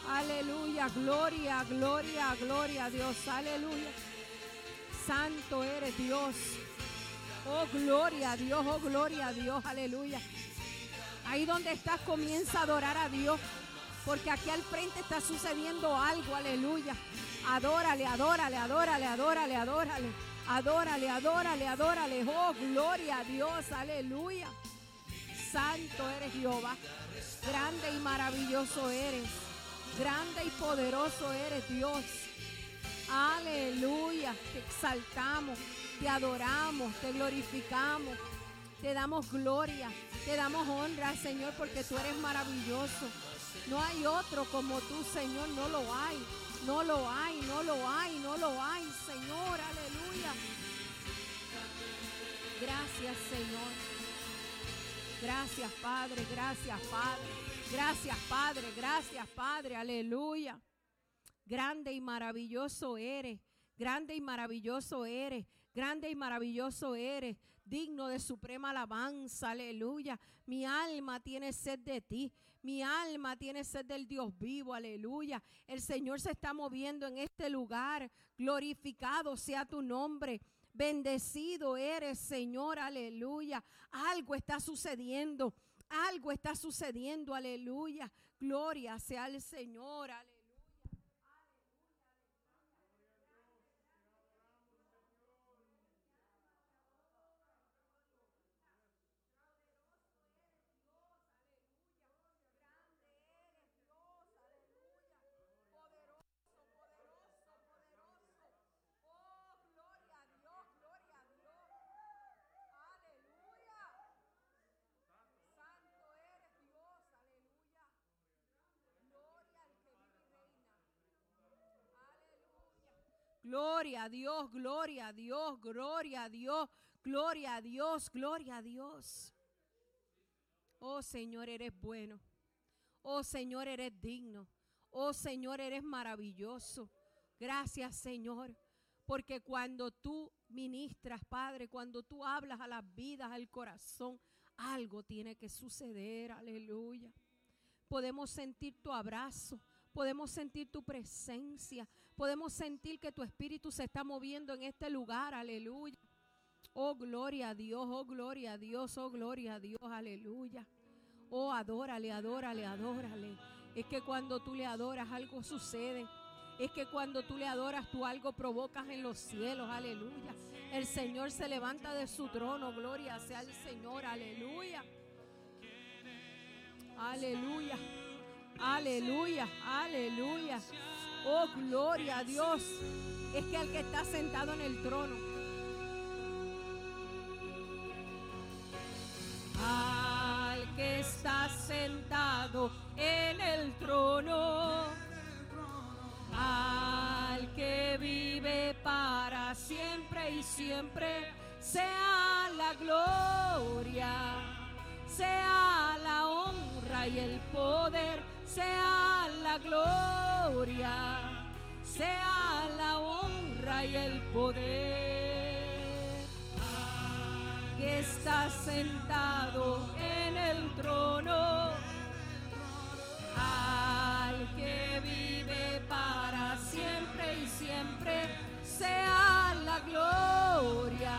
Speaker 2: Aleluya, gloria, gloria, gloria a Dios. Aleluya. Santo eres Dios. Oh, gloria a Dios, oh, gloria a Dios. Aleluya. Ahí donde estás comienza a adorar a Dios. Porque aquí al frente está sucediendo algo, aleluya. Adórale, adórale, adórale, adórale, adórale. Adórale, adórale, adórale. Oh, gloria a Dios, aleluya. Santo eres Jehová. Grande y maravilloso eres. Grande y poderoso eres Dios. Aleluya. Te exaltamos, te adoramos, te glorificamos. Te damos gloria, te damos honra, Señor, porque tú eres maravilloso. No hay otro como tú, Señor, no lo hay. No lo hay, no lo hay, no lo hay, Señor, aleluya. Gracias, Señor. Gracias, Padre, gracias, Padre. Gracias, Padre, gracias, Padre, aleluya. Grande y maravilloso eres. Grande y maravilloso eres. Grande y maravilloso eres. Digno de suprema alabanza. Aleluya. Mi alma tiene sed de ti. Mi alma tiene sed del Dios vivo. Aleluya. El Señor se está moviendo en este lugar. Glorificado sea tu nombre. Bendecido eres, Señor. Aleluya. Algo está sucediendo. Algo está sucediendo. Aleluya. Gloria sea al Señor. Aleluya. Oh, Gloria a Dios, gloria a Dios, gloria a Dios, gloria a Dios, gloria a Dios. Oh Señor, eres bueno. Oh Señor, eres digno. Oh Señor, eres maravilloso. Gracias Señor, porque cuando tú ministras, Padre, cuando tú hablas a las vidas, al corazón, algo tiene que suceder. Aleluya. Podemos sentir tu abrazo, podemos sentir tu presencia, podemos sentir que tu espíritu se está moviendo en este lugar. Aleluya. Oh, gloria a Dios, oh, gloria a Dios, oh, gloria a Dios, aleluya. Oh, adórale, adórale, adórale. Es que cuando tú le adoras algo sucede. Es que cuando tú le adoras tú algo provocas en los cielos, aleluya. El Señor se levanta de su trono, gloria sea el Señor, aleluya. Aleluya, aleluya, aleluya. Oh, gloria a Dios. Es que el que está sentado en el trono, al que está sentado en el trono, al que vive para siempre y siempre, sea la gloria, sea la honra y el poder, sea la gloria, sea la honra y el poder que está sentado en el trono, al que vive para siempre y siempre, sea la gloria,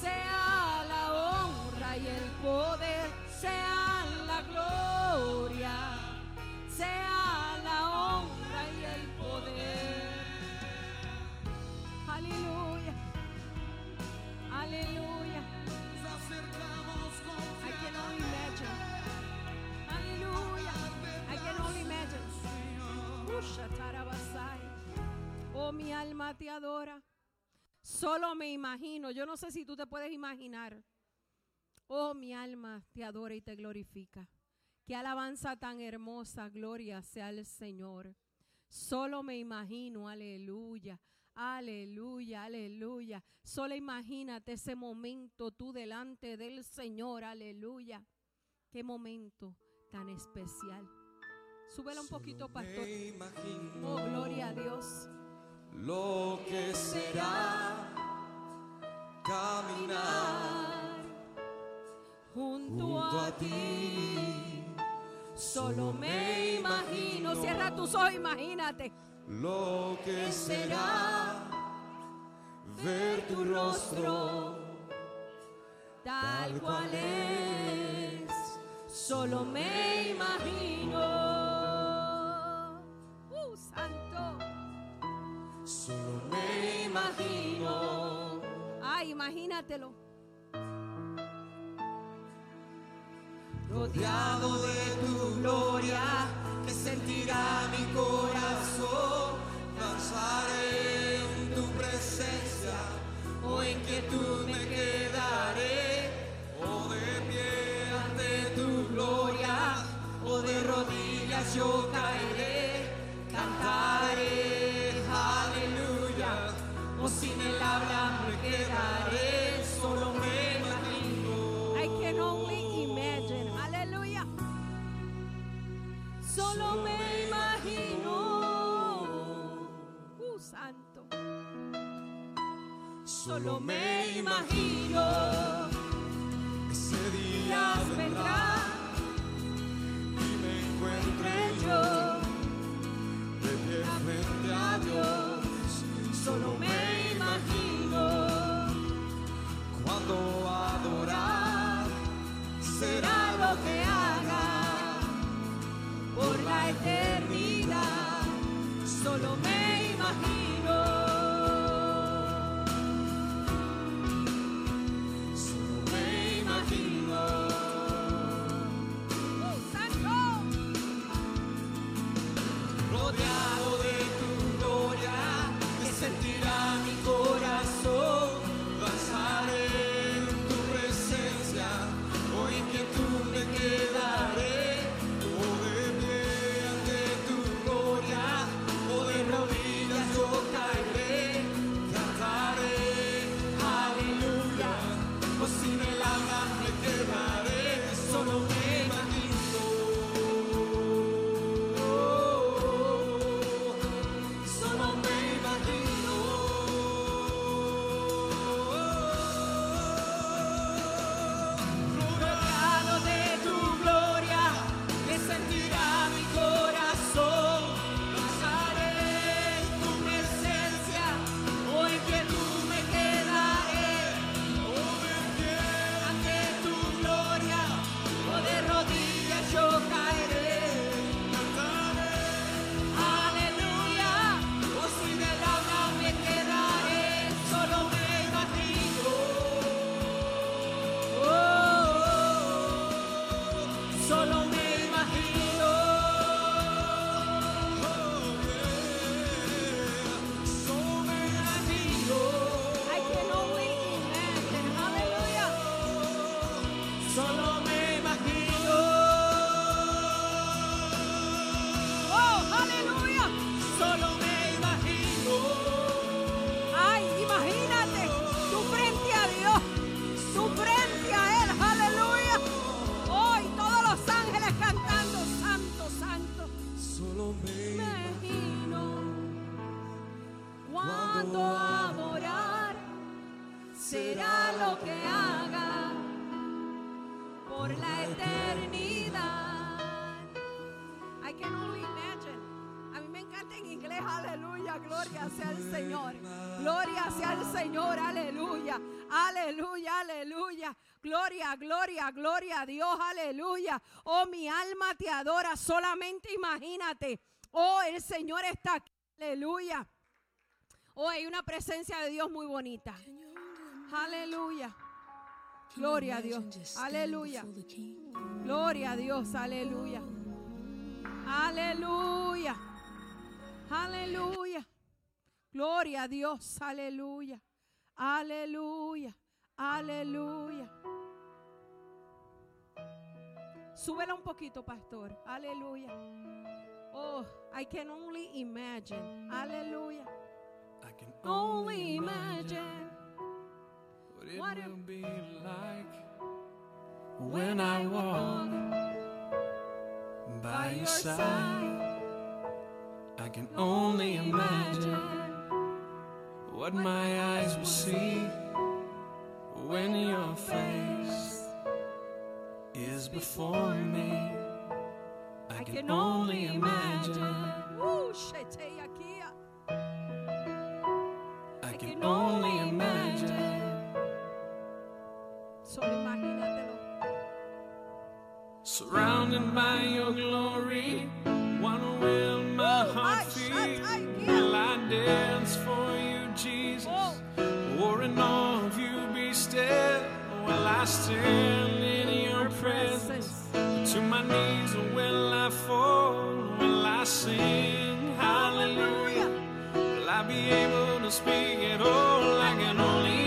Speaker 2: sea la honra y el poder, sea la gloria, Oh, alma te adora. Solo me imagino, yo no sé si tú te puedes imaginar. Oh, mi alma te adora y te glorifica. Qué alabanza tan hermosa, gloria sea al Señor. Solo me imagino, aleluya, aleluya, aleluya. Solo imagínate ese momento tú delante del Señor, aleluya. Qué momento tan especial. Súbela un poquito, pastor.
Speaker 4: Me imagino
Speaker 2: Oh, gloria a Dios.
Speaker 4: lo que será caminar
Speaker 2: Junto
Speaker 4: junto
Speaker 2: a
Speaker 4: a
Speaker 2: ti.
Speaker 4: ti.
Speaker 2: Solo me imagino. Cierra tus ojos, imagínate.
Speaker 4: Lo que será ver tu rostro
Speaker 2: Tal cual es. Solo me imagino. Uh, santo.
Speaker 4: Solo me imagino
Speaker 2: Ay, imagínatelo.
Speaker 4: rodeado de tu gloria que sentirá mi corazón. Danzaré en tu presencia o en quietud me quedaré o de pie ante tu gloria o de rodillas yo caeré. Cantaré, aleluya, o sin el habla me quedaré, solo me imagino.
Speaker 2: I can only imagine. Aleluya. Solo me imagino. Uh, santo. Solo me imagino.
Speaker 4: Ese día
Speaker 2: Días
Speaker 4: vendrá
Speaker 2: vendrán
Speaker 4: y me encuentre
Speaker 2: entre
Speaker 4: yo
Speaker 2: yo.
Speaker 4: de pie frente a Dios.
Speaker 2: Solo me imagino.
Speaker 4: cuando adorar
Speaker 2: Será lo que haga por la eternidad. Solo me imagino.
Speaker 4: Solo me imagino
Speaker 2: Uh, santo.
Speaker 4: rodeado de tu gloria que sentirá mi corazón danzaré en tu presencia hoy que tú me quedaré o de pie ante tu gloria o de rodillas yo caeré cantaré aleluya o sin el alma me quedaré solo me imagino Solo me imagino rodeado de tu gloria, que sentirá mi corazón. Pasaré en tu presencia, hoy que tú me quedaré. Ante tu gloria, o de rodillas yo caeré. Aleluya, o si del alma me quedaré, solo me imagino. Oh, oh, oh, solo me imagino. Oh, yeah, solo me imagino.
Speaker 2: I can only imagine. Hallelujah.
Speaker 4: Solo me imagino.
Speaker 2: Oh, hallelujah.
Speaker 4: Solo me imagino.
Speaker 2: Ay, imagínate tú frente a Dios, tú frente a Él, aleluya. Hoy todos los ángeles cantando, santo, santo.
Speaker 4: Solo
Speaker 2: Me
Speaker 4: me
Speaker 2: imagino cuando adorar será lo que haga por la eternidad. I can only imagine. A mí me encanta en inglés, aleluya, gloria sea el Señor. Gloria sea el Señor, aleluya, aleluya, aleluya. Gloria, gloria, gloria a Dios, aleluya. Oh, mi alma te adora, solamente imagínate. Oh, el Señor está aquí, aleluya. Oh, hay una presencia de Dios muy bonita. Aleluya. Gloria a Dios, aleluya. Gloria a Dios, aleluya. Aleluya. Aleluya. Gloria a Dios, aleluya, aleluya, aleluya. Súbela un poquito, pastor, aleluya. Oh, I can only imagine, aleluya.
Speaker 4: I can
Speaker 2: Only imagine
Speaker 4: what it
Speaker 2: what
Speaker 4: will
Speaker 2: it-
Speaker 4: be like when I walk by your side. I can only imagine what my eyes will see when your face is before me. I can only imagine.
Speaker 2: Woo, sheteyakia.
Speaker 4: I can only imagine.
Speaker 2: Solo imagínatelo.
Speaker 4: Surrounded by your glory, what will Oh, my
Speaker 2: my
Speaker 4: heart feel?
Speaker 2: shatai, yeah.
Speaker 4: Will I dance for you, Jesus? Or in awe of you be still? Will I stand in your presence? To my knees will I fall? Will I sing hallelujah? Will I be able to speak at all? I can only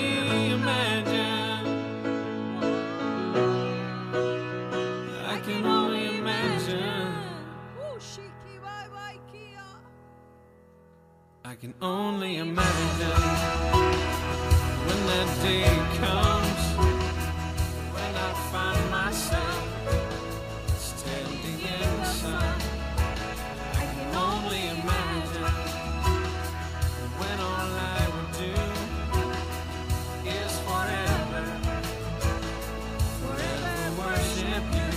Speaker 4: imagine. I can only imagine.
Speaker 2: Woo, shikiwaiwaikia.
Speaker 4: I can only imagine when that day comes when I find myself standing inside. I can only imagine when all I would do is forever, forever worship you.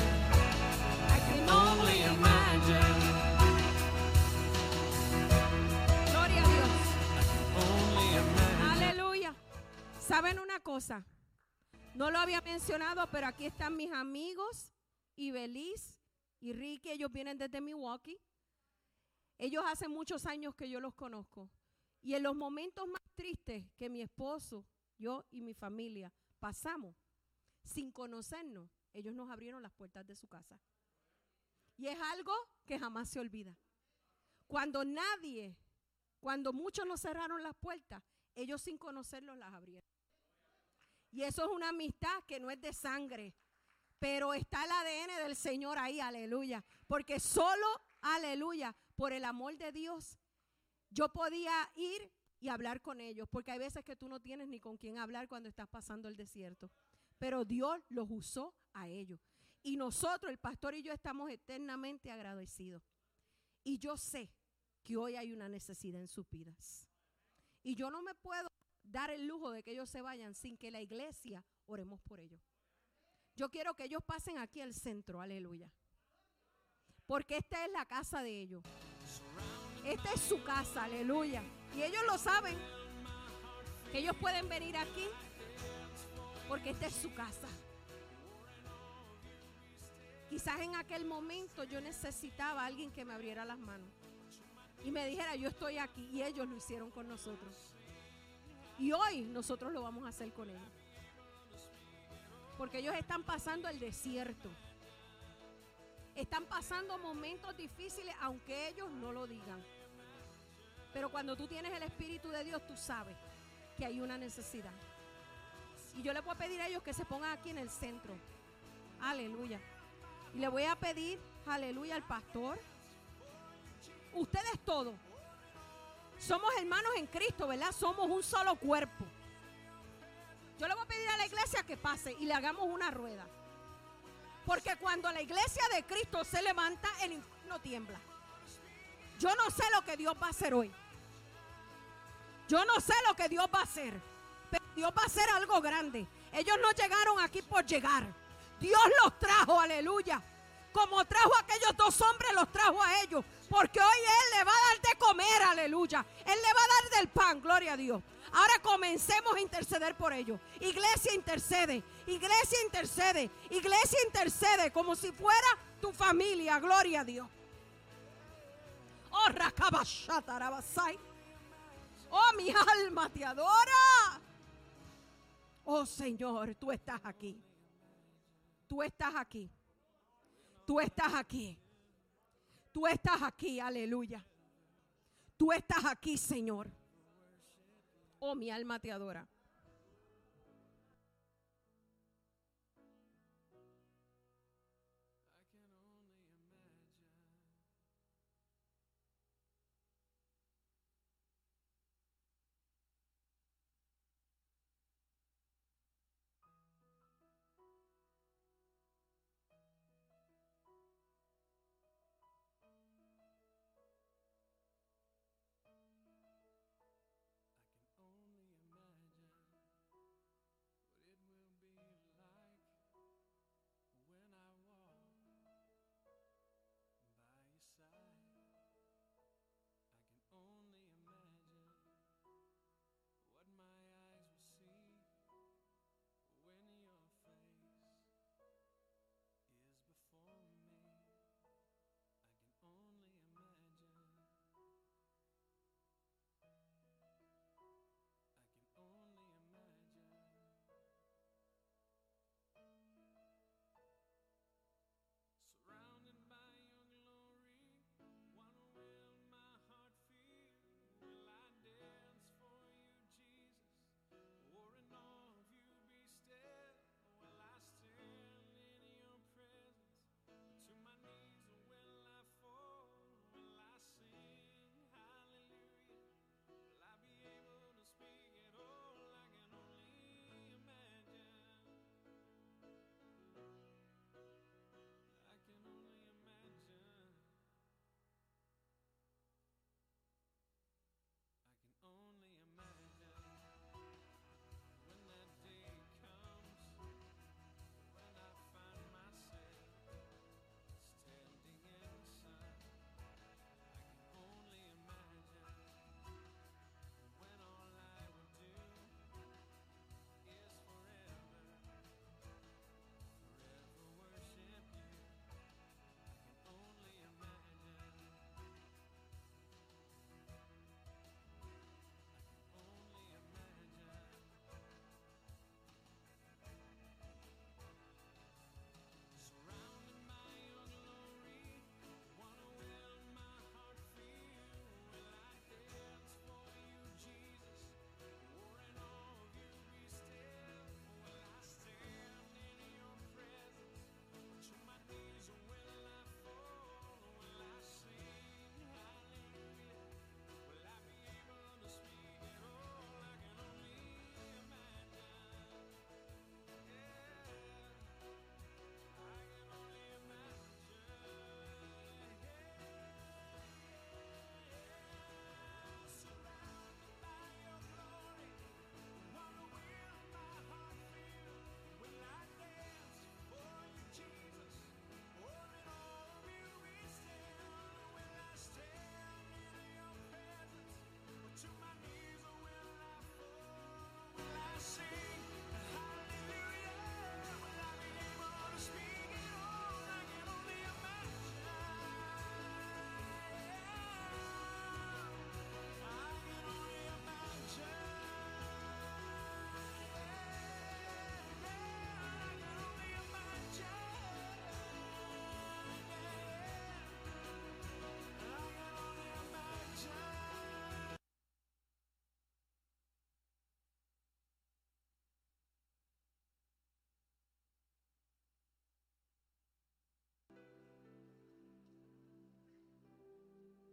Speaker 4: I can only imagine.
Speaker 2: Gloria a Dios.
Speaker 4: Only imagine.
Speaker 2: Aleluya. ¿Saben una cosa? No lo había mencionado, pero aquí están mis amigos, y Belis y Ricky. Ellos vienen desde Milwaukee. Ellos hace muchos años que yo los conozco. Y en los momentos más tristes que mi esposo, yo y mi familia pasamos, sin conocernos, ellos nos abrieron las puertas de su casa. Y es algo que jamás se olvida. Cuando nadie cuando muchos nos cerraron las puertas, ellos sin conocerlos las abrieron. Y eso es una amistad que no es de sangre, pero está el ADN del Señor ahí, aleluya. Porque solo, aleluya, por el amor de Dios, yo podía ir y hablar con ellos, porque hay veces que tú no tienes ni con quién hablar cuando estás pasando el desierto. Pero Dios los usó a ellos. Y nosotros, el pastor y yo, estamos eternamente agradecidos. Y yo sé que hoy hay una necesidad en sus vidas. Y yo no me puedo dar el lujo de que ellos se vayan sin que la iglesia oremos por ellos. Yo quiero que ellos pasen aquí al centro, aleluya. Porque esta es la casa de ellos. Esta es su casa, aleluya. Y ellos lo saben. Que ellos pueden venir aquí porque esta es su casa. Quizás en aquel momento yo necesitaba a alguien que me abriera las manos y me dijera, yo estoy aquí. Y ellos lo hicieron con nosotros. Y hoy nosotros lo vamos a hacer con ellos. Porque ellos están pasando el desierto. Están pasando momentos difíciles, aunque ellos no lo digan. Pero cuando tú tienes el Espíritu de Dios, tú sabes que hay una necesidad. Y yo le voy a pedir a ellos que se pongan aquí en el centro. Aleluya. Y le voy a pedir, aleluya, al pastor ustedes todos. Somos hermanos en Cristo, ¿verdad? Somos un solo cuerpo. Yo le voy a pedir a la iglesia que pase y le hagamos una rueda. Porque cuando la iglesia de Cristo se levanta, el infierno tiembla. Yo no sé lo que Dios va a hacer hoy. Yo no sé lo que Dios va a hacer. Pero Dios va a hacer algo grande. Ellos no llegaron aquí por llegar. Dios los trajo, aleluya. Como trajo a aquellos dos hombres, los trajo a ellos. Porque hoy Él le va a dar de comer, aleluya. Él le va a dar del pan, gloria a Dios. Ahora comencemos a interceder por ellos. Iglesia intercede, iglesia intercede, iglesia intercede como si fuera tu familia, gloria a Dios. Oh, Rakabashatarabasai. Oh, mi alma te adora. Oh, Señor, tú estás aquí. Tú estás aquí. Tú estás aquí. Tú estás aquí, aleluya. Tú estás aquí, Señor. oh mi alma te adora.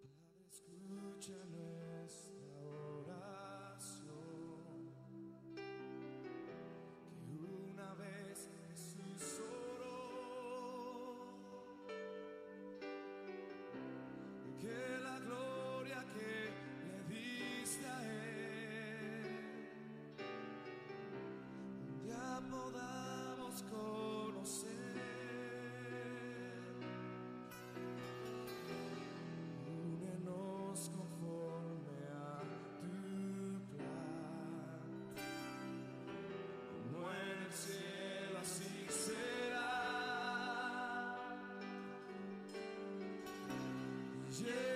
Speaker 4: Escucha nuestra oración, que una vez Jesús oró, que la gloria que le diste a Él, ya podamos conocer. Únenos conforme a tu plan, como en el cielo así será. Yeah. Oh,